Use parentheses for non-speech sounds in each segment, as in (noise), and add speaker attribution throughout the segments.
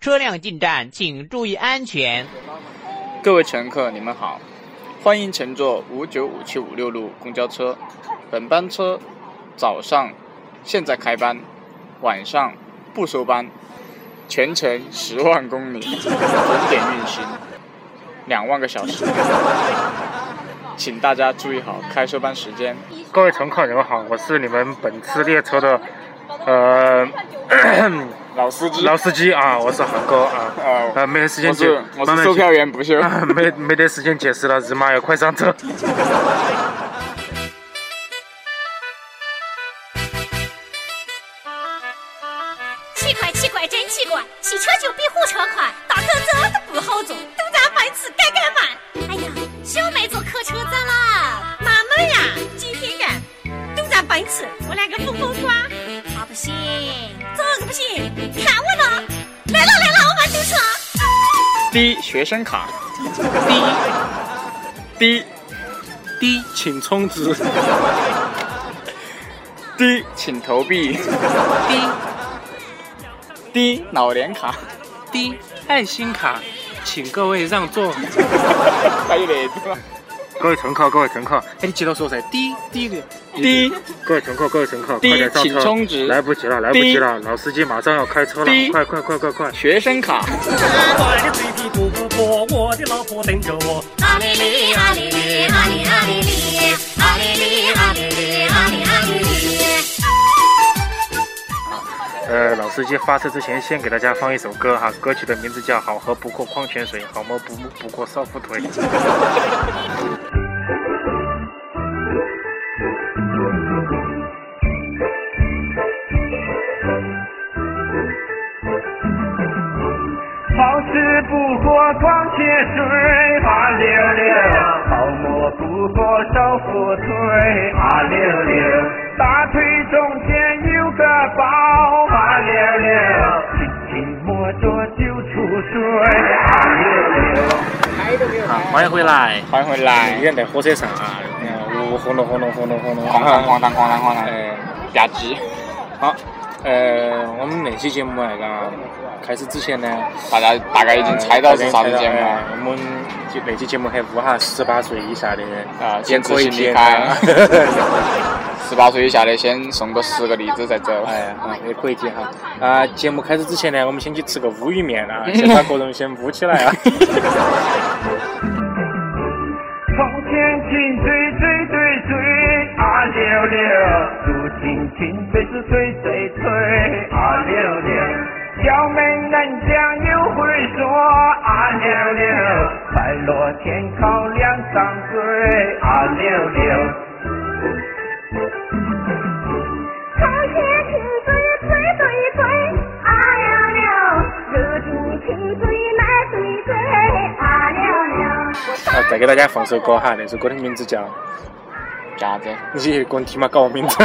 Speaker 1: 车辆进站请注意安全。
Speaker 2: 各位乘客，你们好，欢迎乘坐五九五七五六路公交车。本班车早上现在开班，晚上不收班，全程十万公里，准点运行，两万个小时。请大家注意好开收班时间。
Speaker 3: 各位乘客，你们好，我是你们本次列车的呃
Speaker 2: 老司机，
Speaker 3: 老司机啊，我是韩哥啊，
Speaker 2: 哦
Speaker 3: 呃，没时
Speaker 2: 我
Speaker 3: 间解
Speaker 2: 是，我
Speaker 3: 慢
Speaker 2: 是
Speaker 3: 慢
Speaker 2: 售
Speaker 3: 解
Speaker 2: 票员不秀。
Speaker 3: 啊， (laughs) 没没得时间解释了，日妈呀，快上车！
Speaker 4: 奇怪，奇怪，真奇怪！汽车就比火车快，大客车都不好坐，等咱班次改改慢。哎呀，小妹坐客车咋啦？
Speaker 5: 妈妈呀，今天呀，都在奔驰，我那个不好抓，
Speaker 4: 啊，不行！
Speaker 5: 怎么不行？
Speaker 4: 看我呢！来了来了，我们堵车！
Speaker 2: 第一，学生卡。第一，
Speaker 6: 第一，请充值。
Speaker 2: 第一，请投 (laughs) 币。第一，第一脑联卡。
Speaker 6: 第一，爱心卡，请各位让座。
Speaker 2: 还有哪个？
Speaker 3: 各位乘客，各位乘客，
Speaker 6: 哎，你接着说噻。第一，第一个，
Speaker 2: 第一，
Speaker 3: 各位乘客，各位乘客，
Speaker 2: 第一
Speaker 3: 快点上
Speaker 2: 请充值
Speaker 3: 车！来不及了，来不及了，老司机马上要开车了
Speaker 2: 第一，
Speaker 3: 快快快快快！
Speaker 2: 学生卡。
Speaker 7: 我的嘴皮不不不，我的老婆等着我。
Speaker 4: 阿里里阿里里阿里阿里里阿里里阿里里阿里阿里里。
Speaker 3: 呃，老司机发车之前先给大家放一首歌哈，歌曲的名字叫《好喝不过矿泉水，好么不不过少妇腿》。
Speaker 7: 好吃不过矿泉水，啊溜溜；好摸不过少妇腿，啊溜溜；大腿中间有个包，啊溜溜；轻轻摸着就出水，啊溜溜。
Speaker 3: 啊，欢迎回来！
Speaker 2: 还回来
Speaker 3: 你。看在哎火车上啊，呜轰隆轰隆轰隆轰隆，
Speaker 2: 哐当哐当哐当哐当，
Speaker 3: 呃，
Speaker 2: 吧唧，
Speaker 3: 好，呃，我们每期节目来个开始之前呢，
Speaker 2: 大家大概已经猜到是啥子节目
Speaker 3: 哎
Speaker 2: 了。
Speaker 3: 我们就每期节目还无哈十八岁以下的人
Speaker 2: 啊
Speaker 3: 也
Speaker 2: 先自
Speaker 3: 可以
Speaker 2: 行离
Speaker 3: 听
Speaker 2: 开 (laughs)
Speaker 3: 啊
Speaker 2: 十八岁以下的先送个十个例子再走。
Speaker 3: 哎，啊，也可以听哈。啊，节目开始之前呢，我们先去吃个乌鱼面
Speaker 2: (laughs)
Speaker 3: 啊，先把各人先捂起来啊。
Speaker 7: 从前紧追追追追啊溜溜，如今紧追是追追追啊溜溜，小妹能讲又会说啊溜溜，白罗天靠两张嘴啊溜溜。
Speaker 4: 从前亲嘴嘴嘴嘴，啊溜溜；如今亲嘴奶嘴嘴，啊溜溜。
Speaker 3: 啊，再给大家放首歌哈，那首歌的名字叫《
Speaker 2: 啥子？
Speaker 3: 你去滚踢嘛搞我名
Speaker 2: (laughs)
Speaker 3: 字》。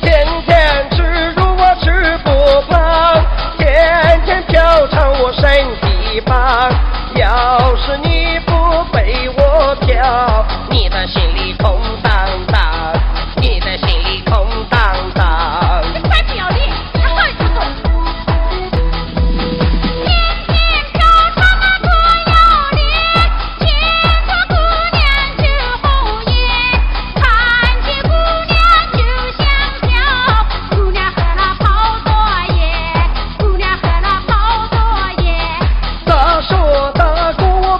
Speaker 7: 天天吃肉我吃不胖，天天嫖娼我身体棒。要是你不被我嫖，你的心里空荡荡，你的心里空荡荡。大树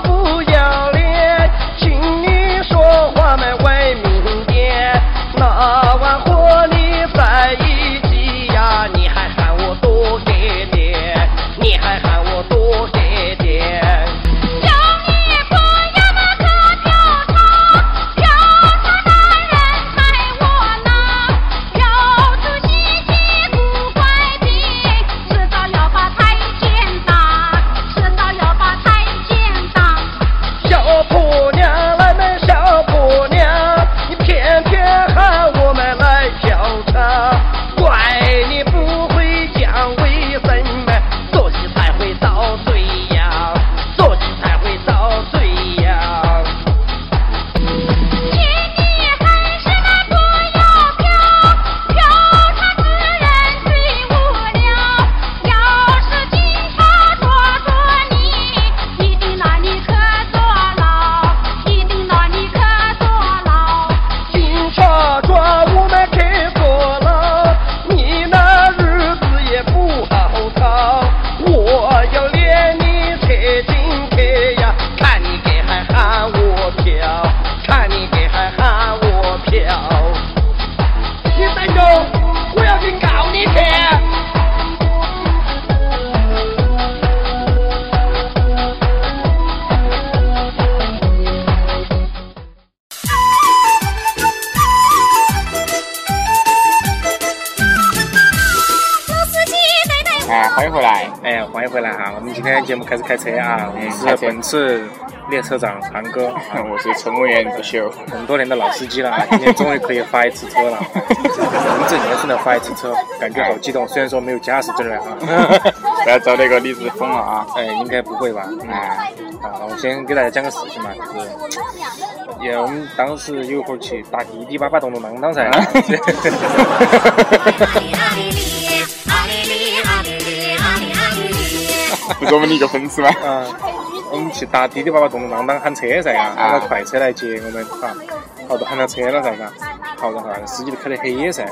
Speaker 8: 难受，我要去告你去。
Speaker 4: 老司机带带我。
Speaker 2: 哎，欢迎回来。 (laughs)
Speaker 3: 哎，欢迎回来哈！我们今天节目开始开车啊，我们
Speaker 2: 开
Speaker 3: 是
Speaker 2: 车
Speaker 3: 本次列车长韩哥，
Speaker 2: 我是乘务员不秀，
Speaker 3: (laughs) 很多年的老司机了啊，今天终于可以发一次车了，名正言顺的发一次车，感觉好激动。虽然说没有驾驶证了啊， (laughs)
Speaker 2: 不要遭那个荔枝风了啊！
Speaker 3: 哎，应该不会吧？
Speaker 2: 哎，
Speaker 3: 啊，我先给大家讲个事情嘛，就是也我们当时有一会儿去打滴滴吧，把咚咚当啊当 (laughs) 噻。
Speaker 4: 阿里里，阿里里，阿里里，阿里阿里里。
Speaker 2: 不是我们的一个粉丝 (laughs) 吗？
Speaker 3: 啊，我们去打滴滴爸爸咚咚当当喊车噻啊，喊了快车来接我们啊，好多喊到车了噻嘎，好然后那个司机就开得黑夜噻，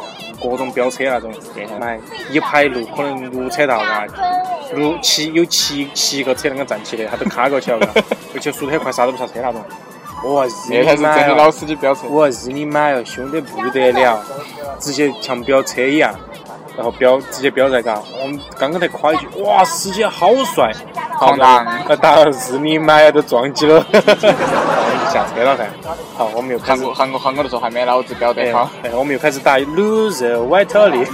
Speaker 3: 各种飙车那种，买一排路可能六车道嘎，六七有七七个车那个站起的，他都卡过去了
Speaker 2: (laughs)
Speaker 3: 嘎，而且速度很快，啥都不刹车那种，我
Speaker 2: 那才
Speaker 3: 日你
Speaker 2: 是真
Speaker 3: 妈
Speaker 2: 的老
Speaker 3: 哟！
Speaker 2: 司机飙车。
Speaker 3: 我日你妈哟，凶得不得了，直接像飙车一样，然后飙直接飙在嘎，我们刚刚才夸一句，哇，司机好帅，好
Speaker 2: 哐当
Speaker 3: 那打日你妈呀，都撞击了， (laughs) 下车了噻。好，我们又开
Speaker 2: 韩
Speaker 3: 始
Speaker 2: 国韩国韩国的时候还没老子飙得好，
Speaker 3: 哎，我们又开始打 loser white 里，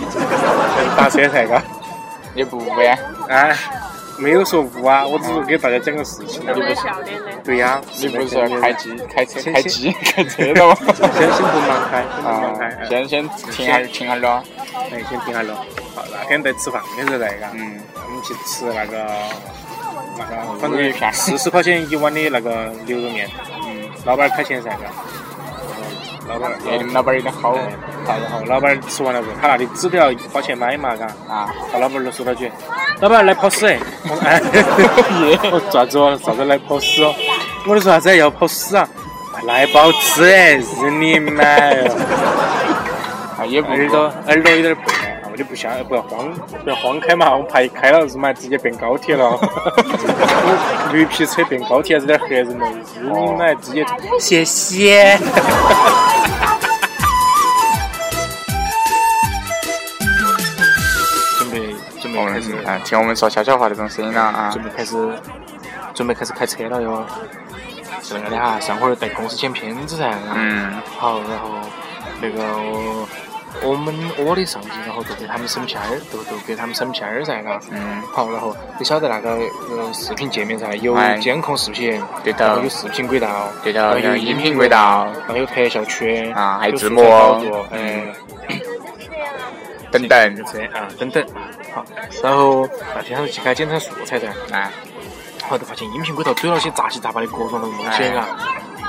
Speaker 3: 打车噻，嘎。
Speaker 2: 也不啊呗。
Speaker 3: 哎，没有说不啊，我只是给大家讲个事情。啊
Speaker 5: 都是笑的嘞。
Speaker 3: 对呀、
Speaker 2: 你不是
Speaker 3: 是的
Speaker 2: 说
Speaker 3: 真的
Speaker 2: 开机开车
Speaker 3: 先
Speaker 2: 开机开车的吗？
Speaker 3: 先先不忙开，先不忙
Speaker 2: 啊
Speaker 3: 开，，哎
Speaker 2: 先先停下停下了。
Speaker 3: 哎，先停下咯。好，那天在吃饭的时候噻，嘎，
Speaker 2: 嗯，
Speaker 3: 我们去吃那个那个，反
Speaker 2: 乌嗯鱼片
Speaker 3: 正四十块钱一碗的那个牛肉面，嗯，老板儿开钱噻，嘎，然后老板儿，
Speaker 2: 哎，你们老板有点好
Speaker 3: 哎好，然后老板儿吃完了之后，他那里纸都要花钱买嘛，嘎，
Speaker 2: 啊。
Speaker 3: 后老板儿就说了句：“老板儿来跑屎！”
Speaker 2: (laughs)
Speaker 3: 我说：“哎，我说啥子哦？啥子来跑屎哦？”我就说啥子要跑屎啊？来包吃哎，日你哦妈哟！
Speaker 2: 啊，也不
Speaker 3: 耳朵耳朵有点背，我就不想不要慌，不要慌开嘛，我怕一开了日妈直接变高铁了，我绿皮车变高铁还是有点吓人了，日你妈直接谢谢。准备准
Speaker 2: 我
Speaker 3: 备开
Speaker 2: 们
Speaker 3: 始
Speaker 2: 是啊，听我们说悄悄话那种声音了啊
Speaker 3: 准。备开始准备开始开车了哟，是那个的哈，上回在公司剪片子噻，然后
Speaker 2: 嗯，
Speaker 3: 好，然后那个我我们我的上级，然后就给他们审片儿，都都给他们审片儿噻，嘎。
Speaker 2: 嗯。
Speaker 3: 好，然后你晓得那个呃视频界面噻，有
Speaker 2: 哎
Speaker 3: 监控视频，
Speaker 2: 对
Speaker 3: 然后
Speaker 2: 头
Speaker 3: 有，视频轨道，
Speaker 2: 对
Speaker 3: 然
Speaker 2: 头，
Speaker 3: 后
Speaker 2: 有
Speaker 3: 有
Speaker 2: 音频轨，道，
Speaker 3: 然后有特效区
Speaker 2: 啊还有
Speaker 3: 有
Speaker 2: 字
Speaker 3: 数
Speaker 2: 幕
Speaker 3: 字导入，哎
Speaker 2: 嗯，等等，
Speaker 3: 这啊等等，好，然后那天他就去给他检查素材噻，
Speaker 2: 哎，
Speaker 3: 后头发现音频轨道堆了些杂七杂八的各种东西，
Speaker 2: 哎
Speaker 3: 嘎，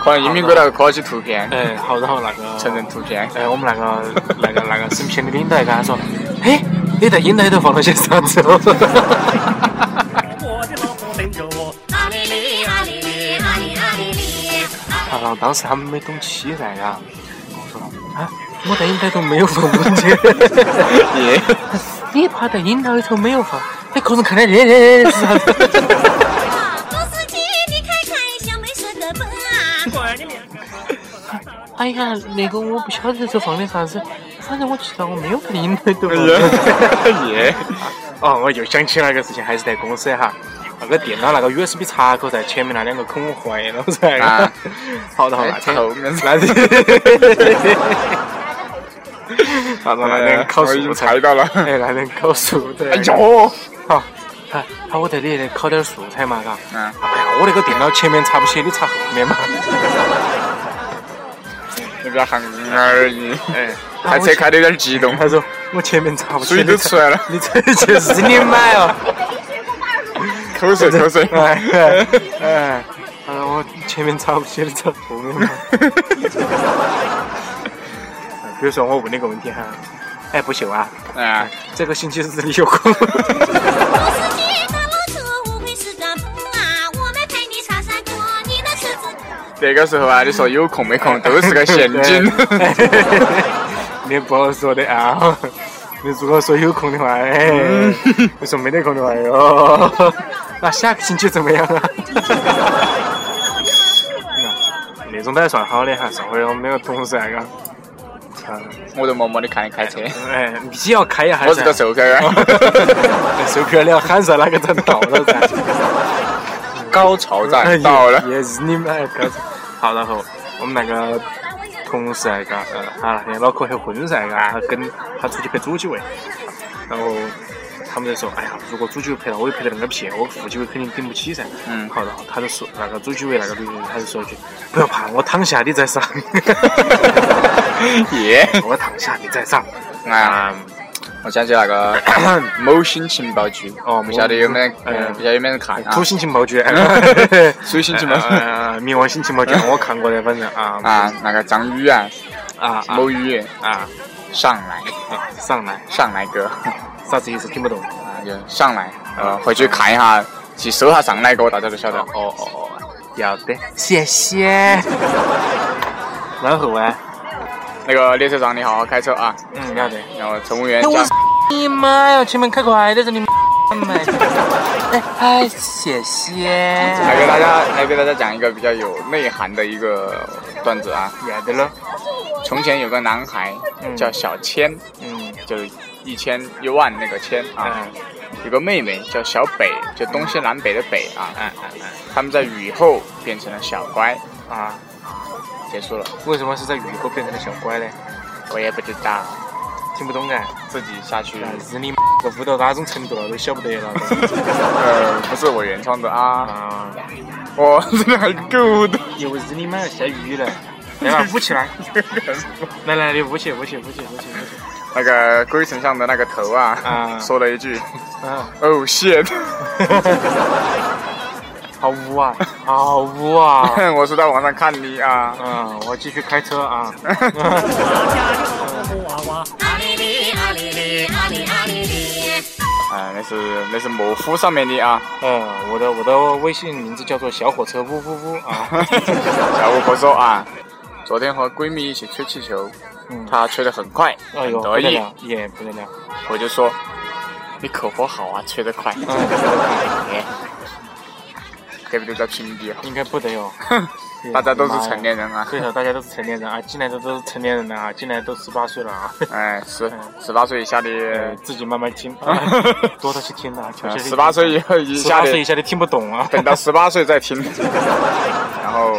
Speaker 2: 可能音频轨道科技图片，
Speaker 3: 啊哎，好，然后那个
Speaker 2: 成人图片，
Speaker 3: 哎，我们那个 (laughs) 那个那个审片的领导还跟他说，嘿，你在影带里头放了些啥子 (laughs) 哦？
Speaker 8: 我的老婆等着我，
Speaker 4: 阿里里，阿里里，阿里阿里里。
Speaker 3: 啊，然后当时他们没懂起噻，嘎，我说啊，我在影带里头没有放
Speaker 2: (laughs)
Speaker 3: 东西，
Speaker 2: 耶，
Speaker 3: (laughs) 你怕在影带里头没有放，你个人看的耶耶耶是啥子？
Speaker 2: (laughs)
Speaker 4: 老司机，你看看小妹说的笨啊。
Speaker 8: 管你面子。
Speaker 3: 哎呀，那个我不晓得这放的啥子，反正我记得我没有在影带里
Speaker 2: (laughs)
Speaker 3: 头放。
Speaker 2: 啊耶，
Speaker 3: (laughs) 哦，我又想起那个事情，还是在公司哈，那个电脑那个 USB 插口在前面那两个孔坏了噻。
Speaker 2: 啊
Speaker 3: (laughs) 好的，好的，
Speaker 2: 哎
Speaker 3: 那天
Speaker 2: 后面是
Speaker 3: 那天，那那那天考
Speaker 2: 我已经
Speaker 3: 素材
Speaker 2: 猜，到了，
Speaker 3: 哎，那天考素材。
Speaker 2: 哎，呦，
Speaker 3: 好，哎，好，我在你那考点素材嘛，嘎。
Speaker 2: 嗯，
Speaker 3: 哎呀，我那个电脑前面插不起，你插后面嘛。
Speaker 2: 那个行而已，
Speaker 3: 哎，
Speaker 2: 开车开的有点激动，
Speaker 3: 他说我前面插不起，
Speaker 2: 水都出来了，
Speaker 3: 你这就是你买哦。
Speaker 2: 口水口水，
Speaker 3: 哎哎哎，嗯、我前面插不起，你插后面嘛。比如说我问你个问题哈，哎，不秀啊，
Speaker 2: 啊，
Speaker 3: 这个星期日你有空？
Speaker 4: 老司机，那老头无非是个笨啊，我们陪你擦擦锅，你能吃自
Speaker 2: 这个时候啊，你说有空没空都是
Speaker 3: (laughs)
Speaker 2: 个陷阱，
Speaker 3: 你不好说的啊。 (laughs) 你如果说有空的话，哎，
Speaker 2: 嗯
Speaker 3: 我说没得空的话，哟，
Speaker 2: (laughs)
Speaker 3: 那下个星期怎么样啊？ (laughs) 啊那那种都还算好的哈，上回我们那个同事那个，啊，
Speaker 2: (laughs) 我都默默地看你开车，
Speaker 3: 哎，啊你要开一下噻。
Speaker 2: 我是个售票
Speaker 3: (laughs)
Speaker 2: 员。啊
Speaker 3: 售票了喊噻，哪个站到了噻？
Speaker 2: 高潮
Speaker 3: 哎
Speaker 2: 站到了，
Speaker 3: 也是你们哎，高潮。好，然后我们那个同事哎，嘎，呃，他那天脑壳很昏噻，嘎，他跟他出去陪煮鸡喂，然后他们就说，哎呀，如果煮鸡喂陪了，我也陪得那个屁，我副鸡喂肯定顶不起噻。
Speaker 2: 嗯
Speaker 3: 好，然后他就说，那个煮鸡喂那个女人，他就说一句，不要怕，我躺下你再上，
Speaker 2: (laughs) 耶！
Speaker 3: 我躺下你再上。
Speaker 2: 啊，
Speaker 3: 啊，
Speaker 2: 我想起那个 (coughs) 某星情报局，
Speaker 3: 哦
Speaker 2: 不晓得有没有，
Speaker 3: 嗯
Speaker 2: 呃不晓得有没有人看啊
Speaker 3: 土？星情报局，
Speaker 2: 属于星情报局
Speaker 3: 呃，冥王星情报局，我看过的，反正啊
Speaker 2: 啊，那个张宇啊，
Speaker 3: 啊
Speaker 2: 某宇
Speaker 3: 啊
Speaker 2: 上来
Speaker 3: 啊，上来，
Speaker 2: 上来哥，
Speaker 3: 啥子意思？听不懂。
Speaker 2: 啊就上来，呃，回去看一下，去搜下上来哥，大家都晓得。
Speaker 3: 哦哦哦，要得，谢谢。然后呢？
Speaker 2: 那个列车长，你好好开车啊。
Speaker 3: 嗯，要得。
Speaker 2: 然后乘务员
Speaker 3: 我
Speaker 2: 讲，
Speaker 3: 你妈呀！前面开快点，这你妈卖的。哎哎，谢谢。
Speaker 2: 来给大家来给大家讲一个比较有内涵的一个段子啊。
Speaker 3: 要得了。
Speaker 2: 从前有个男孩叫小千，
Speaker 3: 嗯
Speaker 2: 就是一千一万那个千啊。
Speaker 3: 嗯
Speaker 2: 有个妹妹叫小北，就东西南北的北啊。
Speaker 3: 嗯嗯
Speaker 2: 他们在雨后变成了小乖，
Speaker 3: 嗯啊！
Speaker 2: 结束了。
Speaker 3: 为什么是在雨后变成了小乖呢？
Speaker 2: 我也不知
Speaker 3: (laughs)
Speaker 2: 道，
Speaker 3: 听不懂哎。
Speaker 2: 自己下去。
Speaker 3: 那是你这舞到哪种程度了，都晓不得了。
Speaker 2: 呃，不是我原创的啊，
Speaker 3: 啊，
Speaker 2: 我这个还够的。
Speaker 3: 又是你妈要下雨了，来吧，捂起来，来来，你捂起，捂起，捂起，捂起，捂起。
Speaker 2: 那个龟丞相的那个头啊，
Speaker 3: 啊
Speaker 2: 说了一句
Speaker 3: 啊，
Speaker 2: “Oh shit”，
Speaker 3: (laughs) 好污啊，好污啊！
Speaker 2: (laughs) 我是在网上看你啊。
Speaker 3: 嗯，我继续开车啊。
Speaker 8: 家的老母娃娃，
Speaker 4: 阿里里阿里里阿里阿里里，
Speaker 2: 啊，那是那是模糊上面的啊， (laughs)
Speaker 3: 嗯，我的我的微信名字叫做小火车呜呜呜啊。
Speaker 2: 小五婆说啊，昨天和闺蜜一起吹气球，
Speaker 3: 嗯，
Speaker 2: 她吹得很快，
Speaker 3: 哎
Speaker 2: 很
Speaker 3: 呦，
Speaker 2: 得
Speaker 3: 不得
Speaker 2: 意，
Speaker 3: 了，也不得了。
Speaker 2: 我就说你口活好啊，吹得快，
Speaker 3: 嗯，
Speaker 2: 哎 (laughs) 对不对？在屏蔽啊，
Speaker 3: 应该不得哟。
Speaker 2: (laughs) 大家都是成年人啊，
Speaker 3: 对头，大家都是成年人啊，进来的都是成年人了啊，进来都十八岁了啊。
Speaker 2: 哎，十
Speaker 3: 嗯
Speaker 2: 十八岁以下
Speaker 3: 呃
Speaker 2: 的，，
Speaker 3: 自己慢慢听，啊
Speaker 2: (laughs)
Speaker 3: 多的去听啊，确实
Speaker 2: 十八岁以后以
Speaker 3: 十
Speaker 2: 下
Speaker 3: 八岁以
Speaker 2: 的，
Speaker 3: 下的听不懂啊。
Speaker 2: 等到十八岁再听。 (laughs) 然后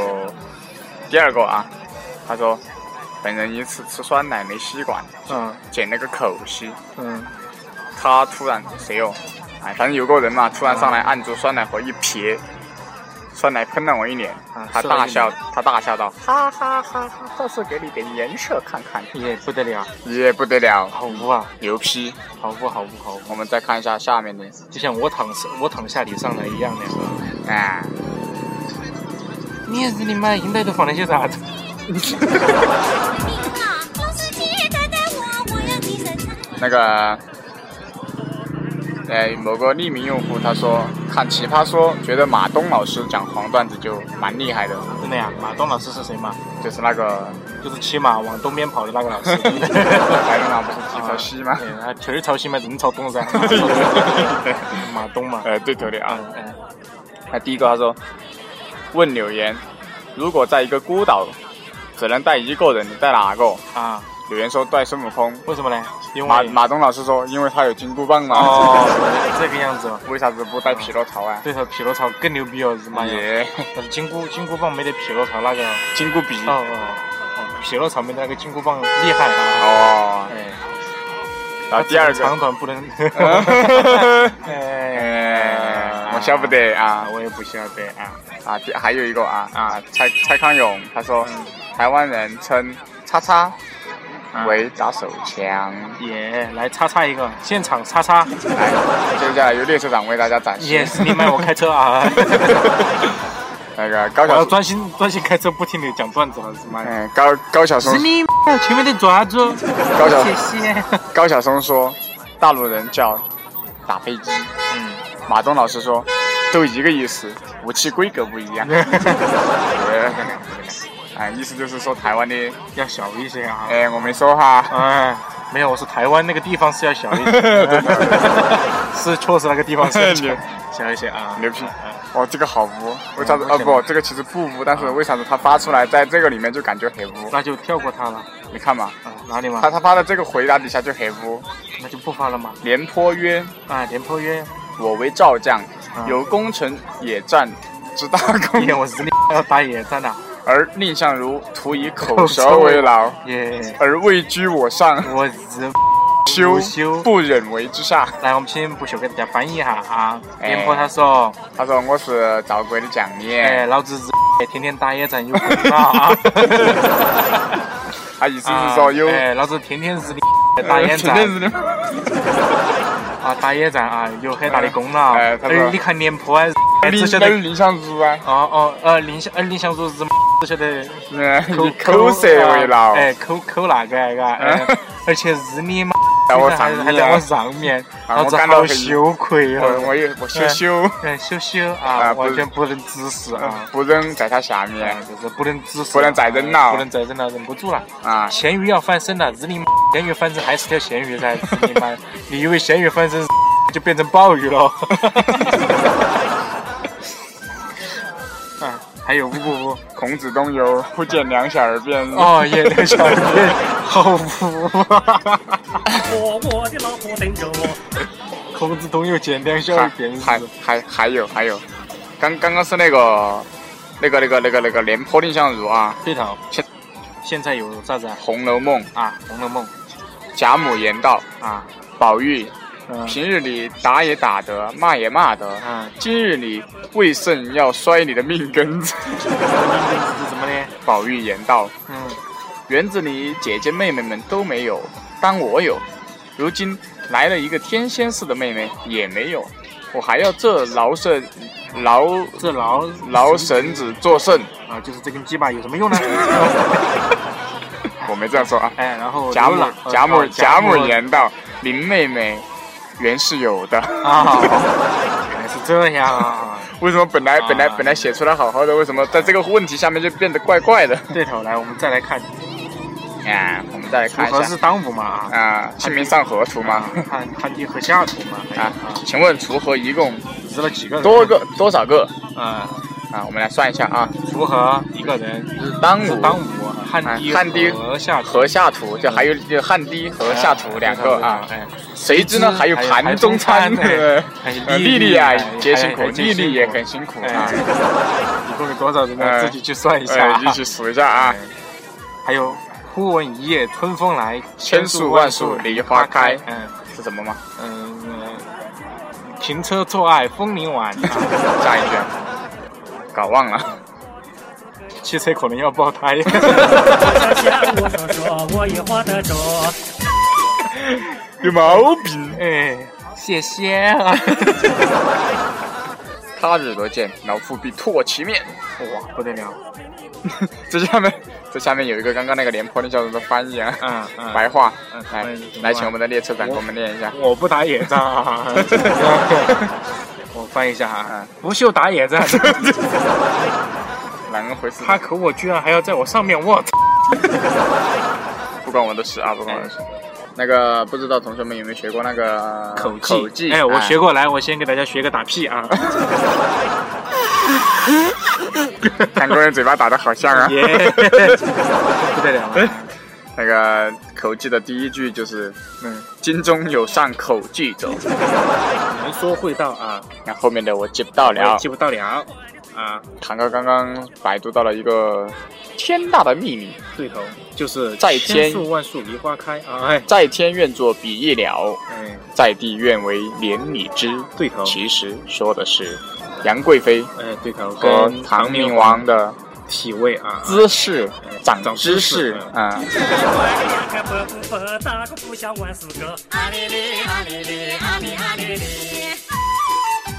Speaker 2: 第二个啊，他说本人一次吃酸奶没吸管，
Speaker 3: 嗯
Speaker 2: 捡了个口吸。
Speaker 3: 嗯，
Speaker 2: 他突然谁哦？哎，反正有个人嘛，突然上来按住酸奶盒一撇，酸奶喷了我一脸
Speaker 3: 啊，
Speaker 2: 他
Speaker 3: 射了
Speaker 2: 大
Speaker 3: 一
Speaker 2: 笑，他大笑道：哈哈哈哈！这次给你点颜色看看，
Speaker 3: 也不得了，
Speaker 2: 也不得了，
Speaker 3: 好污啊，
Speaker 2: 牛批！
Speaker 3: 好污好污好污，
Speaker 2: 我们再看一下下面的，
Speaker 3: 就像我躺下我躺下你上来一样的。
Speaker 2: 哎，
Speaker 3: 你日你妈，银袋都放那些啥子？
Speaker 4: 明啊，公司请你等等我，我要提神。
Speaker 2: 那个，呃，某个匿名用户他说看《奇葩说》，觉得马东老师讲黄段子就蛮厉害的，
Speaker 3: 真的呀，马东老师是谁嘛？
Speaker 2: 就是那
Speaker 3: (laughs)
Speaker 2: 个
Speaker 3: 就是骑马往东边跑的那个
Speaker 2: (laughs)
Speaker 3: 老师。哎
Speaker 2: 白龙马不是鸡
Speaker 3: 啊
Speaker 2: 朝西
Speaker 3: (laughs)
Speaker 2: 吗？ (laughs)
Speaker 3: 对，他确实朝西嘛，人朝东噻。马东嘛，
Speaker 2: 呃，对头的 (laughs) 啊。
Speaker 3: 嗯嗯，
Speaker 2: 那第一个他说，问留言，如果在一个孤岛只能带一个人，你带哪个？
Speaker 3: 啊，
Speaker 2: 留言说带孙悟空。
Speaker 3: 为什么呢？因
Speaker 2: 马
Speaker 3: 为
Speaker 2: 马东老师说，因为他有金箍棒嘛。 (laughs)
Speaker 3: 哦，这个样子哦。
Speaker 2: 为啥子不带匹诺曹啊？
Speaker 3: 对头，匹诺曹更牛逼哦，日妈呀！
Speaker 2: 耶，
Speaker 3: 但是金箍金箍棒没得匹诺曹那个哦
Speaker 2: (laughs) 金箍鼻。
Speaker 3: 哦哦，匹诺曹没得那个金箍棒厉害啊！
Speaker 2: 哦，
Speaker 3: 哎，
Speaker 2: 然后第二
Speaker 3: 长
Speaker 2: (laughs) 个，
Speaker 3: 短不能。哎
Speaker 2: (laughs) 哎，我晓不得啊
Speaker 3: 啊，我也不晓得啊。
Speaker 2: 啊！第还有一个啊啊，蔡蔡康永他说，
Speaker 3: 嗯
Speaker 2: 台湾人称叉叉
Speaker 3: 啊
Speaker 2: 为打手枪。
Speaker 3: 耶，来叉叉一个，现场叉叉。
Speaker 2: 来，接下来由列车长为大家展示。
Speaker 3: 耶，你买我开车啊！
Speaker 2: (laughs) 那个高
Speaker 3: 我要
Speaker 2: 晓松，
Speaker 3: 专心专心开车，不听你讲段子了，日妈呀！
Speaker 2: 嗯，高高晓松
Speaker 3: 是，你妈前面的爪子，
Speaker 2: 高晓
Speaker 3: 谢谢。
Speaker 2: 高晓松说，大陆人叫打飞机。
Speaker 3: 嗯，
Speaker 2: 马东老师说，都一个意思，武器规格不
Speaker 3: (laughs)
Speaker 2: 一样。 (laughs) 哎，意思就是说台湾的，
Speaker 3: 要小一些啊。
Speaker 2: 哎，我没说哈。
Speaker 3: 哎，没有，我是台湾那个地方是要小一些，是确实那个地方是要小小一些啊。
Speaker 2: 牛批
Speaker 3: 啊啊
Speaker 2: 哦，这个好污，为啥子？
Speaker 3: 嗯
Speaker 2: 哦
Speaker 3: 为什么
Speaker 2: 不，
Speaker 3: 嗯
Speaker 2: 这个其实不污，但是为啥子它发出来在这个里面就感觉很污？
Speaker 3: 那就跳过它了。
Speaker 2: 你看嘛，
Speaker 3: 啊，哪里嘛
Speaker 2: 他？他发的这个回答底下就黑屋，
Speaker 3: 那就不发了嘛。
Speaker 2: 廉颇曰
Speaker 3: 啊，廉颇曰：“
Speaker 2: 我为赵将，
Speaker 3: 嗯
Speaker 2: 有功臣野战之大功
Speaker 3: 耶，，我日你哦要打野战呐！
Speaker 2: (laughs) 而蔺相如徒以口舌为劳，
Speaker 3: 耶，
Speaker 2: 而位居我上，
Speaker 3: 我日
Speaker 2: 修
Speaker 3: 修
Speaker 2: 不忍为之下。”
Speaker 3: 来，我们先不朽给大家翻译一下啊。
Speaker 2: 哎
Speaker 3: 廉颇他说
Speaker 2: 他说我是赵国的将：“
Speaker 3: 哎，
Speaker 2: 领，
Speaker 3: 老子日天天打野战有功劳
Speaker 2: (laughs)
Speaker 3: 啊！”
Speaker 2: 他意思是说有
Speaker 3: 啊哎，老子天天日打
Speaker 2: (laughs)
Speaker 3: 野
Speaker 2: 真的
Speaker 3: 战
Speaker 2: 是的，
Speaker 3: 啊，打野战啊，有很大的功劳。
Speaker 2: 哎他说
Speaker 3: 而你看廉颇啊，只晓
Speaker 2: 蔺
Speaker 3: 得
Speaker 2: 那是蔺相如啊，
Speaker 3: 哦哦，呃，林相，呃，林相如日只晓得
Speaker 2: 嗯
Speaker 3: (laughs) 口
Speaker 2: 以 (laughs) 口舌为劳，
Speaker 3: 哎，口口那个
Speaker 2: (laughs)
Speaker 3: 哎嘎，哎
Speaker 2: 嗯
Speaker 3: 而且日你妈
Speaker 2: 在我上
Speaker 3: 还
Speaker 2: 面
Speaker 3: 在我
Speaker 2: 啊，
Speaker 3: 上
Speaker 2: (laughs)
Speaker 3: 面，
Speaker 2: 啊
Speaker 3: 老
Speaker 2: 我
Speaker 3: 子
Speaker 2: 感到
Speaker 3: 好
Speaker 2: 很
Speaker 3: 羞愧
Speaker 2: 我
Speaker 3: 哦。 (laughs)
Speaker 2: 我也我羞羞，
Speaker 3: 嗯，羞羞
Speaker 2: 啊
Speaker 3: 啊，
Speaker 2: 不
Speaker 3: 完全不能直视啊，
Speaker 2: 不忍在他下
Speaker 3: 啊
Speaker 2: 面
Speaker 3: 就是不能直视，
Speaker 2: 不能再忍了
Speaker 3: 啊不能再忍了，忍不住了。
Speaker 2: 啊，
Speaker 3: 咸鱼要翻身了，日你妈！咸鱼翻身还是条咸鱼噻，日你
Speaker 2: (laughs)
Speaker 3: 妈！你以为咸鱼翻身 (laughs) 就变成鲍鱼了？ (laughs) 嗯，还有呜呜呜。
Speaker 2: 孔子东游，不见两小儿便是。
Speaker 3: 哦，也能想变好服啊！
Speaker 8: 我我的老婆等着我，
Speaker 3: 孔子东有见两小
Speaker 2: 还
Speaker 3: 而变
Speaker 2: 还
Speaker 3: 是
Speaker 2: 还还有还有，刚刚刚是那个那个那个那个那个廉颇蔺相如啊，
Speaker 3: 对头。
Speaker 2: 现
Speaker 3: 现在有啥子啊？
Speaker 2: 《红楼梦》
Speaker 3: 啊，《红楼梦
Speaker 2: 贾母言道：“
Speaker 3: 啊，
Speaker 2: 宝玉，
Speaker 3: 嗯
Speaker 2: 平日里打也打得，骂也骂得，
Speaker 3: 嗯，
Speaker 2: 今日里为甚要摔你的命根子 (laughs)
Speaker 3: 是什么呢？？”
Speaker 2: 宝玉言道
Speaker 3: 嗯，：“
Speaker 2: 园子里姐姐妹妹们都没有，当我有。如今来了一个天仙似的妹妹，也没有，我还要这劳神劳
Speaker 3: 这劳
Speaker 2: 劳神子作甚？
Speaker 3: 啊，就是这根鸡巴有什么用呢？
Speaker 2: 我没这样说啊。”
Speaker 3: 哎，然后
Speaker 2: 贾母
Speaker 3: 刘姥
Speaker 2: 贾母
Speaker 3: 哦
Speaker 2: 贾母
Speaker 3: 言
Speaker 2: 言道：“林妹妹原是有的，
Speaker 3: 啊，原来是这样啊！
Speaker 2: 为什么本来
Speaker 3: 啊
Speaker 2: 本来本来写出来好好的，为什么在这个问题下面就变得怪怪的
Speaker 3: 对头，来我们再来看，？”
Speaker 2: 啊，我们再来
Speaker 3: 锄
Speaker 2: 看
Speaker 3: 禾
Speaker 2: 一下
Speaker 3: 日当午嘛啊，
Speaker 2: 啊，《清明上河图》嘛
Speaker 3: 啊汗汗滴禾下土嘛
Speaker 2: 啊嗯
Speaker 3: 啊，，
Speaker 2: 请问锄禾一共
Speaker 3: 日了几个人？
Speaker 2: 多个多少个
Speaker 3: 啊，
Speaker 2: 啊？我们来算一下啊，
Speaker 3: 锄禾一个人，
Speaker 2: 日当
Speaker 3: 是
Speaker 2: 午
Speaker 3: 当午，汗滴
Speaker 2: 啊汗滴
Speaker 3: 禾下土
Speaker 2: 禾下土，就还有就汗滴禾下土两个嗯啊，
Speaker 3: 哎，
Speaker 2: 谁知呢还有盘中餐，
Speaker 3: 还有
Speaker 2: 对不
Speaker 3: 还有
Speaker 2: 对呃
Speaker 3: 粒
Speaker 2: 粒
Speaker 3: 粒
Speaker 2: 粒啊
Speaker 3: 哎
Speaker 2: 皆辛
Speaker 3: 还
Speaker 2: 苦，
Speaker 3: 有
Speaker 2: 粒粒也很辛苦啊
Speaker 3: 哎，，一共有多少人呢？
Speaker 2: 哎
Speaker 3: 自己去算一下
Speaker 2: 哎，。一起数一下啊。
Speaker 3: 还有“忽闻一夜春风来，
Speaker 2: 千树万树梨花开
Speaker 3: 嗯
Speaker 2: 是什么吗？
Speaker 3: 嗯，呃停车坐爱枫林晚，啊
Speaker 2: 下一句，搞忘了。
Speaker 3: 汽车可能要爆胎。
Speaker 8: 我的想我说说，我也画得着。
Speaker 2: 有毛病！
Speaker 3: 哎，谢谢啊！
Speaker 2: 他日多见，老夫必唾其面。
Speaker 3: 哇，不得了，
Speaker 2: 这下面，这下面有一个刚刚那个廉颇蔺相如的翻译啊，
Speaker 3: 嗯嗯，
Speaker 2: 白话
Speaker 3: 嗯。
Speaker 2: 来
Speaker 3: 嗯嗯
Speaker 2: 来，请我们的列车长给我们
Speaker 3: (laughs)
Speaker 2: 念一下。
Speaker 3: 我不打野战 (laughs) 啊！我翻译一下哈
Speaker 2: 嗯，
Speaker 3: 不锈打野 (laughs) 战，
Speaker 2: 哪个回事？
Speaker 3: 他可我居然还要在我上面，我操！
Speaker 2: 不关我的事
Speaker 3: 哎
Speaker 2: 啊，不关我的事。那个不知道同学们有没有学过那个
Speaker 3: 口技，
Speaker 2: 口技？
Speaker 3: 哎，我学
Speaker 2: 过。
Speaker 3: 过来，我先给大家学个打屁啊！
Speaker 2: 韩国人嘴巴打的好像
Speaker 3: (laughs)
Speaker 2: 啊。
Speaker 3: (laughs) 耶，不得了了，
Speaker 2: 那个口技的第一句就是
Speaker 3: 嗯，
Speaker 2: “京中有上口技者
Speaker 3: 能说会道啊，”，
Speaker 2: 那后面的我记不到
Speaker 3: 我也
Speaker 2: 了
Speaker 3: 记。不到了啊，
Speaker 2: 堂哥刚刚百度到了一个天大的秘密，
Speaker 3: 对头，就是
Speaker 2: 在
Speaker 3: 千
Speaker 2: 天
Speaker 3: 树万树梨花开啊，哎，
Speaker 2: 在天愿作比翼鸟，
Speaker 3: 哎，
Speaker 2: 在地愿为连理枝。
Speaker 3: 对头，
Speaker 2: 其实说的是杨贵妃
Speaker 3: 哎，对头，
Speaker 2: 和
Speaker 3: 跟
Speaker 2: 唐明
Speaker 3: 明
Speaker 2: 王的
Speaker 3: 体位啊，
Speaker 2: 姿势长知识
Speaker 3: 长知识
Speaker 2: 啊，
Speaker 8: 两个伯不伯，大个不想玩四个。
Speaker 4: 阿里里阿里里阿里阿里里。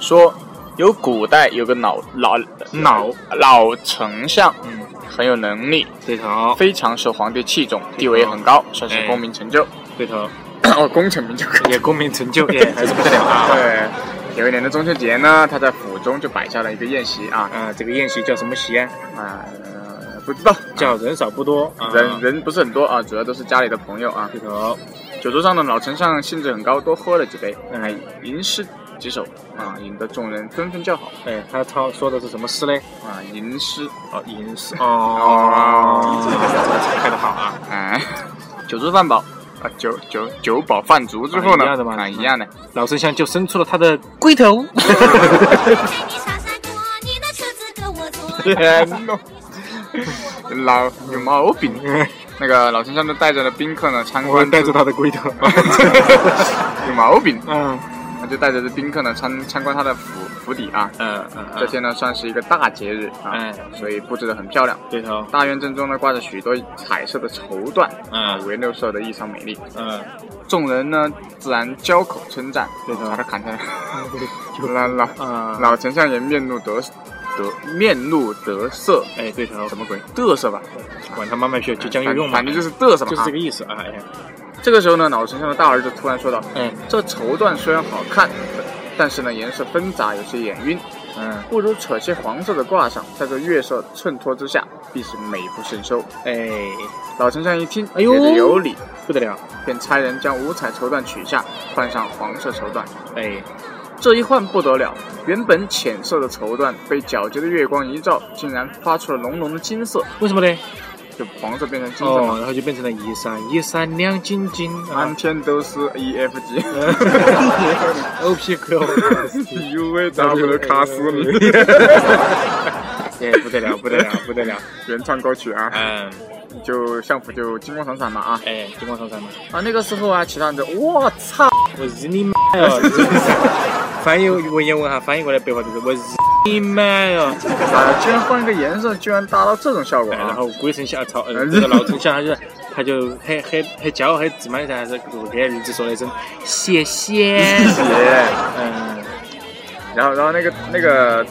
Speaker 2: 说有古代有个老老
Speaker 3: 脑
Speaker 2: 老丞相，
Speaker 3: 嗯，
Speaker 2: 很有能力，
Speaker 3: 对头，
Speaker 2: 非常受皇帝器重，地位也很高，算是功名成 (coughs) 就，
Speaker 3: 对头，
Speaker 2: 哦，功成名就。
Speaker 3: 也功名成就，也还是不得了 (laughs) 啊。
Speaker 2: 对，有一年的中秋节呢，他在府中就摆下了一个宴席啊
Speaker 3: 啊，这个宴席叫什么席啊？
Speaker 2: 啊、呃不知道
Speaker 3: 叫人少不多，啊
Speaker 2: 人人不是很多啊，主要都是家里的朋友啊。
Speaker 3: 对头，
Speaker 2: 酒桌上的老丞相兴致很高，多喝了几杯，
Speaker 3: 嗯，
Speaker 2: 吟诗几首啊，引得众人纷纷叫好
Speaker 3: 哎，他他说的是什么诗嘞？
Speaker 2: 啊，吟诗
Speaker 3: 哦，吟诗哦，开的好啊！
Speaker 2: 啊，酒足饭饱啊，酒酒酒饱饭足之后呢，
Speaker 3: 啊一样的嘛
Speaker 2: 啊，一样的，
Speaker 3: 老丞相就伸出了
Speaker 2: (laughs)
Speaker 3: 他的龟头。
Speaker 4: 陪你上山坡，你的车子跟我坐。
Speaker 2: 天呐，老有毛病。那个老丞相就带着了宾客呢参
Speaker 3: 我
Speaker 2: 观，
Speaker 3: 带着他的龟头。
Speaker 2: (laughs) 有毛病，
Speaker 3: (laughs) 嗯
Speaker 2: 那就带着这宾客呢参参观他的府府邸啊。
Speaker 3: 嗯嗯，
Speaker 2: 这天呢算是一个大节日啊
Speaker 3: 哎，
Speaker 2: 所以布置的很漂亮。
Speaker 3: 龟头。
Speaker 2: 大院正中呢挂着许多彩色的绸缎，啊，
Speaker 3: 嗯
Speaker 2: 五颜六色的异常美丽。
Speaker 3: 嗯，
Speaker 2: 众人呢自然交口称赞，
Speaker 3: 对的
Speaker 2: 把他
Speaker 3: (laughs)
Speaker 2: 砍下来。老老
Speaker 3: 啊
Speaker 2: 老丞相也面露得得面露得色，
Speaker 3: 哎，龟头
Speaker 2: 什，么鬼？得瑟吧？
Speaker 3: 管他妈卖去，就将就用嘛，
Speaker 2: 反正就是得瑟嘛。
Speaker 3: 就是这
Speaker 2: 啊
Speaker 3: 个意思啊！哎呀，
Speaker 2: 这个时候呢，老丞相的大儿子突然说道：“
Speaker 3: 嗯
Speaker 2: 这绸缎虽然好看，但是呢颜色纷杂，有些眼晕，
Speaker 3: 嗯，
Speaker 2: 不如扯些黄色的挂上，在这月色衬托之下，必是美不胜收。
Speaker 3: 哎，”
Speaker 2: 老丞相一听，
Speaker 3: 哎呦
Speaker 2: 觉得有理，
Speaker 3: 不得了，
Speaker 2: 便差人将五彩绸缎取下，换上黄色绸缎。
Speaker 3: 哎，
Speaker 2: 这一换不得了，原本浅色的绸缎被皎洁的月光一照，竟然发出了浓浓的金色，
Speaker 3: 为什么呢？
Speaker 2: 就黄色变成金色嘛。
Speaker 3: 哦，然后就变成了一闪一闪亮晶晶
Speaker 2: 满
Speaker 3: 啊
Speaker 2: 天都是 E F G，
Speaker 3: (laughs) ，O P Q，
Speaker 2: U V W 卡斯米， (laughs)
Speaker 3: 哎，不得了，不得了，不得了，
Speaker 2: 原唱歌曲啊，
Speaker 3: 嗯，
Speaker 2: 就相府就金光闪闪嘛啊
Speaker 3: 哎，金光闪闪嘛，
Speaker 2: 啊那个时候啊，其他人就我操，
Speaker 3: 我日你妈哟！翻译文言文哈，翻译过来白话就是我日你妈哟！
Speaker 2: 啊居然换一个颜色，居然达到这种效果
Speaker 3: 哎然
Speaker 2: 啊！
Speaker 3: 后鬼丞相操，呃，这个老丞相他就他就很很很骄傲、很自满噻，还是就是给儿子说了一声谢谢，
Speaker 2: 耶，
Speaker 3: 嗯，
Speaker 2: 然后然后那个那个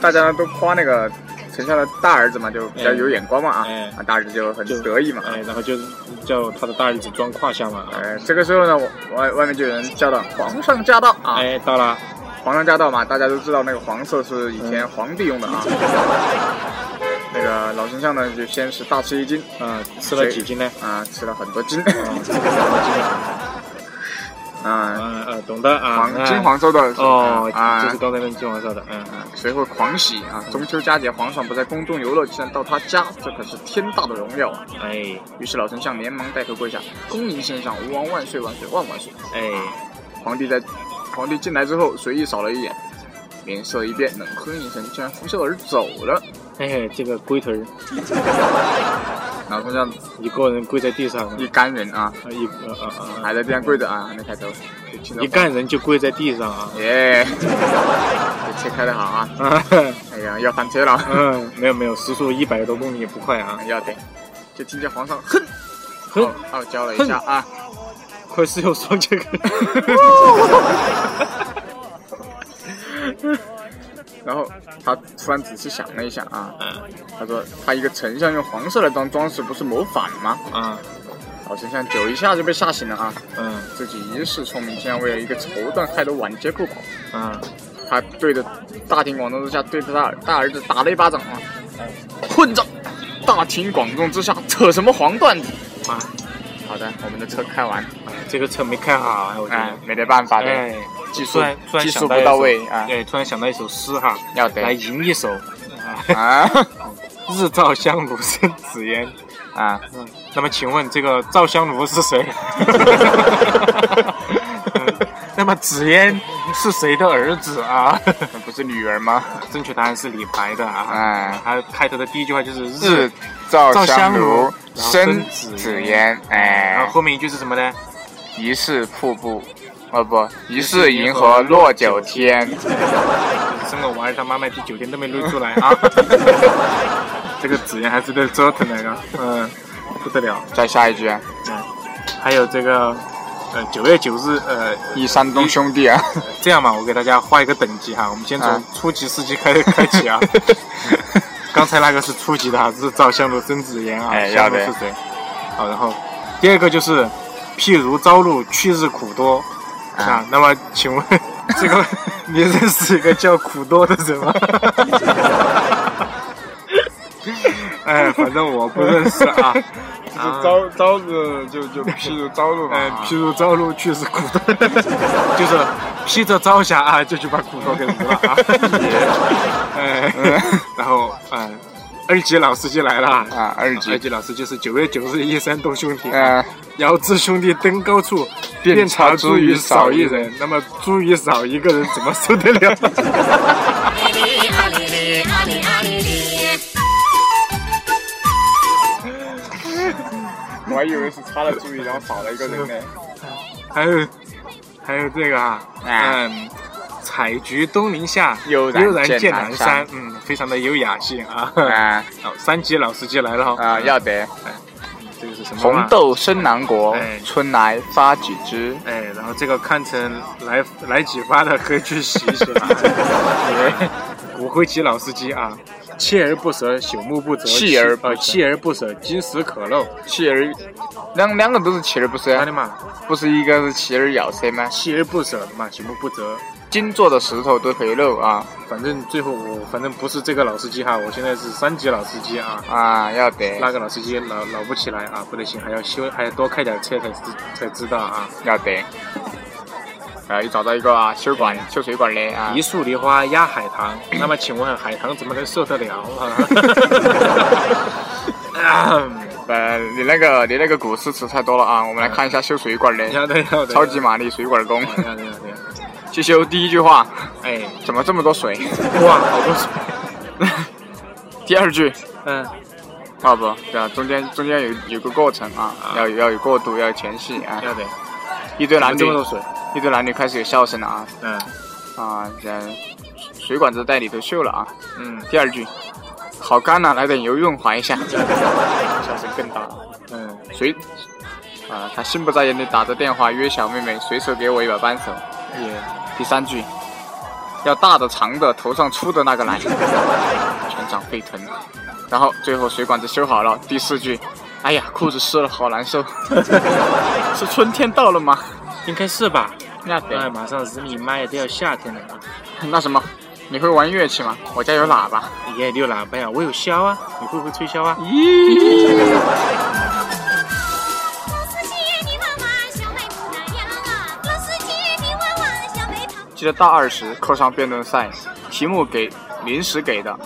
Speaker 2: 大家都夸那个丞相的大儿子嘛，就比较有眼光嘛啊
Speaker 3: 嗯，
Speaker 2: 啊大儿子就很
Speaker 3: 就
Speaker 2: 得意嘛啊
Speaker 3: 哎，然后就叫他的大儿子装胯下嘛，啊
Speaker 2: 呃，这个时候呢，我外外面就有人叫到“皇上驾到”啊！
Speaker 3: 哎，到了，
Speaker 2: 皇上驾到嘛，大家都知道那个黄色是以前皇帝用的啊。
Speaker 3: 嗯
Speaker 2: 那个老丞相呢，就先是大吃一惊
Speaker 3: 啊，吃了几斤呢？
Speaker 2: 啊，吃了很多斤
Speaker 3: 啊，吃了几斤呢？
Speaker 2: (laughs) 啊，
Speaker 3: 嗯嗯，懂的啊，
Speaker 2: 黄
Speaker 3: 啊
Speaker 2: 金黄色的
Speaker 3: 哦，
Speaker 2: 啊
Speaker 3: 就是刚才那个金黄色的，嗯，
Speaker 2: 啊随后狂喜啊！中秋佳节，皇上不在宫中游乐，竟然到他家，这可是天大的荣耀啊！
Speaker 3: 哎
Speaker 2: 于是老丞相连忙带头跪下，恭迎圣上，吾王万岁万岁万万岁！
Speaker 3: 哎，
Speaker 2: 皇帝在皇帝进来之后，随意扫了一眼，脸色一变，冷哼一声，竟然拂袖而走了。
Speaker 3: 哎，这个龟头儿
Speaker 2: 然后丞相
Speaker 3: 一个人跪在地上，
Speaker 2: 一干人啊，
Speaker 3: 啊一呃啊啊啊，
Speaker 2: 还在地上跪着啊，还没抬头，就听到
Speaker 3: 一干人就跪在地上啊，
Speaker 2: 耶， (laughs) 这车开的好啊！
Speaker 3: 啊，
Speaker 2: 哎呀，要翻车了， (laughs)
Speaker 3: 嗯，没有没有，时速一百多公里也不快啊，
Speaker 2: 要得。就听见皇上哼哦
Speaker 3: 哼，
Speaker 2: 傲娇了一下啊，
Speaker 3: 快使用双截棍，
Speaker 2: 哦然后他突然仔细想了一下啊，他说他一个丞相用黄色来当装饰，不是谋反吗？
Speaker 3: (laughs) 啊，
Speaker 2: 老丞相酒一下就被吓醒了啊，
Speaker 3: 嗯
Speaker 2: 自己一世聪明，竟然为了一个绸缎害得晚节不保。
Speaker 3: 啊，
Speaker 2: 他对着大庭广众之下对着他大儿子打了一巴掌啊！混账！大庭广众之下扯什么黄段子啊！好的，我们的车开完，
Speaker 3: 哎这个车没开好啊，我觉
Speaker 2: 哎
Speaker 3: 得，，
Speaker 2: 没得办法的，
Speaker 3: 哎，
Speaker 2: 技术
Speaker 3: 突然突然
Speaker 2: 技
Speaker 3: 想
Speaker 2: 术
Speaker 3: 到
Speaker 2: 不
Speaker 3: 一
Speaker 2: 到
Speaker 3: 首
Speaker 2: 位啊，
Speaker 3: 哎，突然想到一首诗哈，
Speaker 2: 要得
Speaker 3: 来吟一首，
Speaker 2: 啊
Speaker 3: (laughs) 日照香炉生紫烟。
Speaker 2: 啊！
Speaker 3: 嗯，那么请问这个赵香炉
Speaker 2: (laughs)
Speaker 3: 是谁？嗯那么紫烟是谁的儿子啊？
Speaker 2: 那不是女儿吗？
Speaker 3: 正确答案是李白的啊。
Speaker 2: 哎，
Speaker 3: 他开头的第一句话就是日
Speaker 2: 日，照
Speaker 3: 照香
Speaker 2: 炉
Speaker 3: 炉，
Speaker 2: 生
Speaker 3: 生紫
Speaker 2: 紫
Speaker 3: 烟
Speaker 2: 烟，哎
Speaker 3: 然后，后面一句是什么呢？
Speaker 2: 疑是瀑布，哦不，疑是银河落九天。
Speaker 3: 生个娃儿，他妈卖第九天都没露出来
Speaker 2: (laughs)
Speaker 3: 啊！这个紫烟还是在折腾那个，嗯，不得了。
Speaker 2: 再下一句，
Speaker 3: 嗯，还有这个，呃，九月九日，呃，
Speaker 2: 忆山东兄弟啊，
Speaker 3: 这样嘛，我给大家画一个等级哈，我们先
Speaker 2: 啊
Speaker 3: 从初级、四级开开
Speaker 2: (laughs)
Speaker 3: 启啊。 (laughs) 刚才那个是初级的哈，是照相炉生紫烟啊，
Speaker 2: 哎
Speaker 3: 相
Speaker 2: 要
Speaker 3: 炉
Speaker 2: 得
Speaker 3: 是谁？好，然后第二个就是，譬如朝露，去日苦多
Speaker 2: 啊
Speaker 3: 啊。那么
Speaker 2: (laughs)
Speaker 3: 请问这个你认
Speaker 2: (laughs)
Speaker 3: 识一个叫苦多的人吗？哎，反正我不认识 (laughs) 啊，
Speaker 9: 就是招招惹就就譬如招惹
Speaker 3: 哎，
Speaker 9: 嘛，
Speaker 3: 譬如朝露去是骨头， (laughs) 就是披着朝霞啊，就去把骨头给捂了啊。哎， (laughs) 然后哎，二级老司机来了啊
Speaker 2: 啊，二
Speaker 3: 二
Speaker 2: 级，
Speaker 3: 级老师就是九月九日一山东兄
Speaker 2: (laughs)
Speaker 3: 弟，
Speaker 2: 嗯、
Speaker 3: 遥知兄弟登高处，
Speaker 2: 遍
Speaker 3: 遍
Speaker 2: 查
Speaker 3: 查
Speaker 2: 茱
Speaker 3: 茱
Speaker 2: 萸
Speaker 3: 萸
Speaker 2: 少
Speaker 3: 少
Speaker 2: 一
Speaker 3: 一
Speaker 2: 人
Speaker 3: 人。那么茱萸少一个人怎么受得了？ (laughs)
Speaker 4: 阿里里阿里阿里里，
Speaker 2: 我还以为是擦了注意，然后少了一个人呢。
Speaker 3: (laughs) 还有还有这个啊，
Speaker 2: 哎
Speaker 3: 嗯，采菊东篱下，
Speaker 2: 悠然
Speaker 3: 然
Speaker 2: 见
Speaker 3: 见
Speaker 2: 南
Speaker 3: 南
Speaker 2: 山
Speaker 3: 嗯，非常的优雅性啊。
Speaker 2: 啊
Speaker 3: 好三级老司机来了哦
Speaker 2: 啊，要得！
Speaker 3: 这个是什么？
Speaker 2: 红。豆生南国
Speaker 3: 哎，
Speaker 2: 春来发几枝。
Speaker 3: 哎，然后这个看成来来几发的喝去洗一洗
Speaker 2: (laughs)
Speaker 3: 吧。哎骨灰级老司机啊，锲而不舍，朽木不折，
Speaker 2: 锲而不
Speaker 3: 呃
Speaker 2: 舍
Speaker 3: 锲而不舍，金石可镂。
Speaker 2: 锲而，两两个都是锲而不
Speaker 3: 我的
Speaker 2: 舍，
Speaker 3: 妈！
Speaker 2: 不是一个是锲而咬舌吗？
Speaker 3: 锲而不舍嘛，朽木不折。
Speaker 2: 金做的石头都可以漏啊
Speaker 3: 反正最后我反正不是这个老司机哈，我现在是三级老司机啊。
Speaker 2: 啊，要得，
Speaker 3: 那个老司机老老不起来啊，不得行，还要修，还要多开点车才知才知道啊。
Speaker 2: 要得。啊，又找到一个啊，修管修水管的啊
Speaker 3: 一，树梨花压海 (laughs) 棠，那么请问海棠怎么能受得了 (laughs) 啊？
Speaker 2: 呃，你那个你那个古诗词太多了啊，我们来看一下修水管的，
Speaker 3: 要的要的，
Speaker 2: 超级玛丽水管工
Speaker 3: 要的要的要的，
Speaker 2: 去修第一句话，
Speaker 3: 哎，
Speaker 2: 怎么这么多水？
Speaker 3: 哇，好多水，
Speaker 2: 第二句
Speaker 3: 嗯，
Speaker 2: 啊不，对啊，中间中间有有个过程啊，要要有过渡，要有前戏啊，
Speaker 3: 要的，
Speaker 2: 一堆
Speaker 3: 嗯怎
Speaker 2: 男女
Speaker 3: 么啊这么多水？
Speaker 2: 一堆男女开始有笑声了啊
Speaker 3: 嗯
Speaker 2: 啊，然水管子在里头锈了啊。
Speaker 3: 嗯
Speaker 2: 第二句，好干呐、来点油润滑一下。笑声更大了。
Speaker 3: 嗯，
Speaker 2: 随啊，他心不在焉地打着电话约小妹妹，随手给我一把扳手。
Speaker 3: 嗯也
Speaker 2: 第三句，要大的长的，头上粗的那个来。全场沸腾。然后最后水管子修好了。第四句，哎呀，裤子湿了，好难受。 (laughs) 是春天到了吗？
Speaker 3: 应该是吧？
Speaker 2: 那
Speaker 3: 哎，
Speaker 2: 得，
Speaker 3: 马上日你妈呀，都要夏天了啊！
Speaker 2: 那什么，你会玩乐器吗？我家有喇叭。
Speaker 3: 耶，你有喇叭呀？我有箫啊，你会不会吹箫啊？
Speaker 4: 老司机你问问小妹姑娘呀啊，老司机你问问小妹她。
Speaker 2: 记得大二时课上辩论赛，题目给临时给的，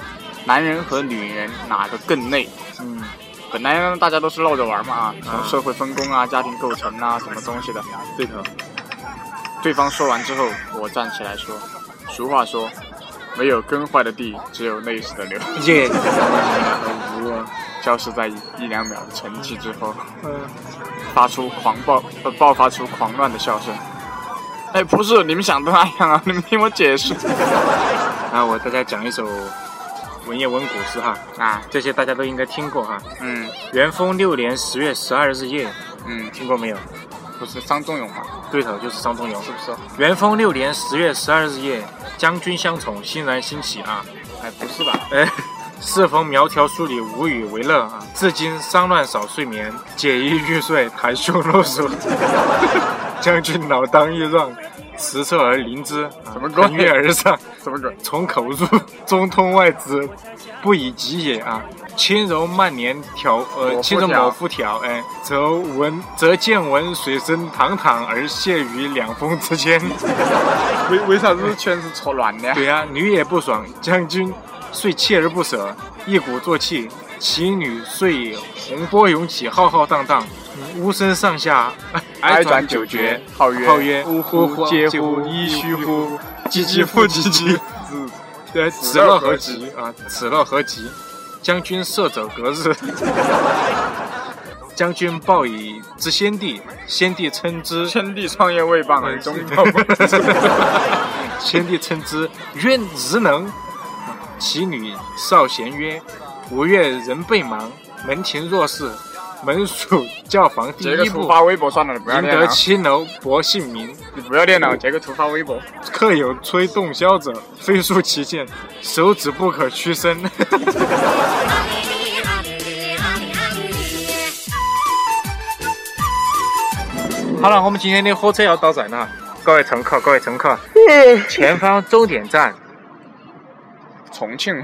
Speaker 2: 男人和女人哪个更累？
Speaker 3: 嗯，
Speaker 2: 本来大家都是闹着玩嘛啊，从
Speaker 3: 啊
Speaker 2: 社会分工啊、家庭构成啊什么东西的。
Speaker 3: 对头，
Speaker 2: 对方说完之后，我站起来说：“俗话说，没有耕坏的地，只有累死的牛。 (laughs)
Speaker 3: 耶，好无啊！”
Speaker 2: 消失在一两秒的沉寂之后，
Speaker 3: 嗯，
Speaker 2: 发出狂暴、呃、爆发出狂乱的笑声。哎，不是你们想的那样啊！你 (laughs) 们听我解释
Speaker 3: 那我大家讲一首文言文古诗哈，
Speaker 2: 啊，
Speaker 3: 这些大家都应该听过哈。
Speaker 2: 嗯
Speaker 3: 元丰六年十月十二日夜，
Speaker 2: 嗯，
Speaker 3: 听过没有？
Speaker 2: 不是张仲永吗？
Speaker 3: 对头，就是张仲永。
Speaker 2: 是不是？
Speaker 3: 元丰六年十月十二日夜，将军相宠，欣然兴起啊！
Speaker 2: 哎，不是吧？
Speaker 3: 哎，适逢苗条淑女，无与为乐啊！至今丧乱少睡眠，解衣欲睡，袒胸露乳。
Speaker 2: (laughs)
Speaker 3: 将军老当益壮，驰骋而临之，啊
Speaker 2: 什么鬼
Speaker 3: 腾跃而上，
Speaker 2: 什么鬼？
Speaker 3: 从口入，中通外直，不以及也啊！轻柔曼联挑
Speaker 2: 抹
Speaker 3: 呃，
Speaker 2: 腹
Speaker 3: 轻柔
Speaker 2: 条
Speaker 3: 抹腹条，哎，则闻则见闻水声堂堂而泻于两峰之间。
Speaker 2: 为为啥子全是错乱的呀？
Speaker 3: 对啊，女也不爽，将军遂锲而不舍，一鼓作气，其女遂洪波涌起，浩浩荡荡，巫身上下，
Speaker 2: 哀转
Speaker 3: 转
Speaker 2: 九
Speaker 3: 绝
Speaker 2: 绝，号曰
Speaker 3: 号曰
Speaker 2: 呜
Speaker 3: 呜
Speaker 2: 呼
Speaker 3: 呼
Speaker 2: 皆
Speaker 3: 皆
Speaker 2: 乎
Speaker 3: 乎
Speaker 2: 依
Speaker 3: 依
Speaker 2: 虚
Speaker 3: 虚
Speaker 2: 乎
Speaker 3: 乎，唧唧复唧唧，呃，此乐何极啊！此乐何极？将军射走隔日，将军报以之先帝，先帝称之
Speaker 2: 天地创业未半而终道
Speaker 3: (laughs)
Speaker 2: 不止。
Speaker 3: 先帝称之曰职能，其女少贤曰：“吾悦人备忙，门庭若市，门属教房第
Speaker 2: 截个
Speaker 3: 一
Speaker 2: 图
Speaker 3: 步，
Speaker 2: 发微博算了，你不要
Speaker 3: 赢
Speaker 2: 练了
Speaker 3: 得，七楼博姓名。
Speaker 2: 你不要练了，截个图发微博。
Speaker 3: 客有吹洞箫者，飞速其间，手指不可屈伸。
Speaker 4: 阿里里阿里里阿里阿里里。
Speaker 3: 好了，我们今天的火车要到站了，各位乘客，各位乘客，
Speaker 2: 嗯
Speaker 3: 前方终点站
Speaker 2: 重庆，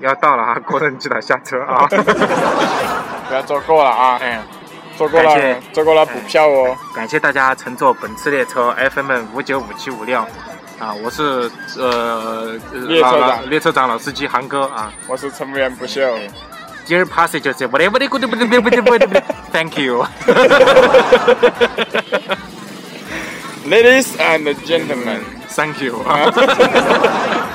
Speaker 3: 要到了啊，过人记得下车
Speaker 2: (laughs)
Speaker 3: 啊！
Speaker 2: (laughs) 不要坐过了啊，
Speaker 3: 哎，
Speaker 2: 坐过
Speaker 3: 感谢
Speaker 2: 了坐过了补票哦。
Speaker 3: 感谢大家乘坐本次列车 FM 五九五七五六啊，我是呃
Speaker 2: 列车长
Speaker 3: 老老列车长老司机韩哥啊。
Speaker 2: 我是乘务员不秀，
Speaker 3: 哎 Dear passengers, whatever they could, thank you. (laughs)
Speaker 2: Ladies and gentlemen,
Speaker 3: Thank you.
Speaker 2: 啊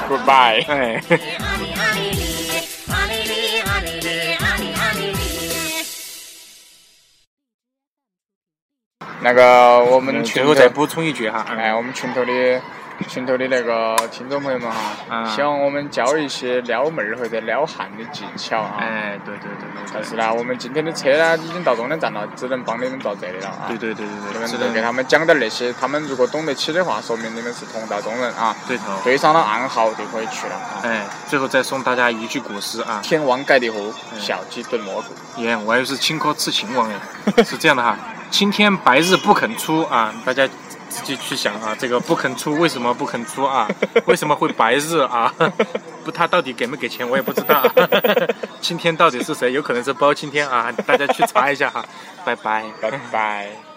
Speaker 2: goodbye。
Speaker 3: 哎，
Speaker 4: 阿里阿里里，阿里里阿里里，阿里阿里里。
Speaker 2: 那个我们群
Speaker 3: 呃最
Speaker 2: 头
Speaker 3: 后，再补充一句哈，
Speaker 2: 哎，我们群头的群头的那个听众朋友们哈，
Speaker 3: 嗯
Speaker 2: 希望我们教一些撩妹儿或者撩汉的技巧啊。
Speaker 3: 哎，对对对对，
Speaker 2: 但是呢，我们今天的车呢已经到终点站了，只能帮你们到这里了啊。
Speaker 3: 对对对对对，
Speaker 2: 你
Speaker 3: 只
Speaker 2: 们给
Speaker 3: 能
Speaker 2: 他们讲点那些，他们如果懂得起的话，说明你们是同道中人啊。
Speaker 3: 对头。
Speaker 2: 对上了暗号就可以去了啊。
Speaker 3: 哎，最后再送大家一句古诗啊，
Speaker 2: 天王盖地虎，
Speaker 3: 嗯
Speaker 2: 小鸡炖蘑菇。
Speaker 3: 耶，我还以为是青稞刺秦王 (laughs) 哎，是这样的哈，青天白日不肯出啊，大家自己去想啊，这个不肯出为什么不肯出啊？ (laughs) 为什么会白日 (laughs) 啊？不，他到底给没给钱我也不知 (laughs) 道、啊，青天到底是谁？有可能是包青天啊，大家去查一下哈，拜拜。
Speaker 2: 拜拜。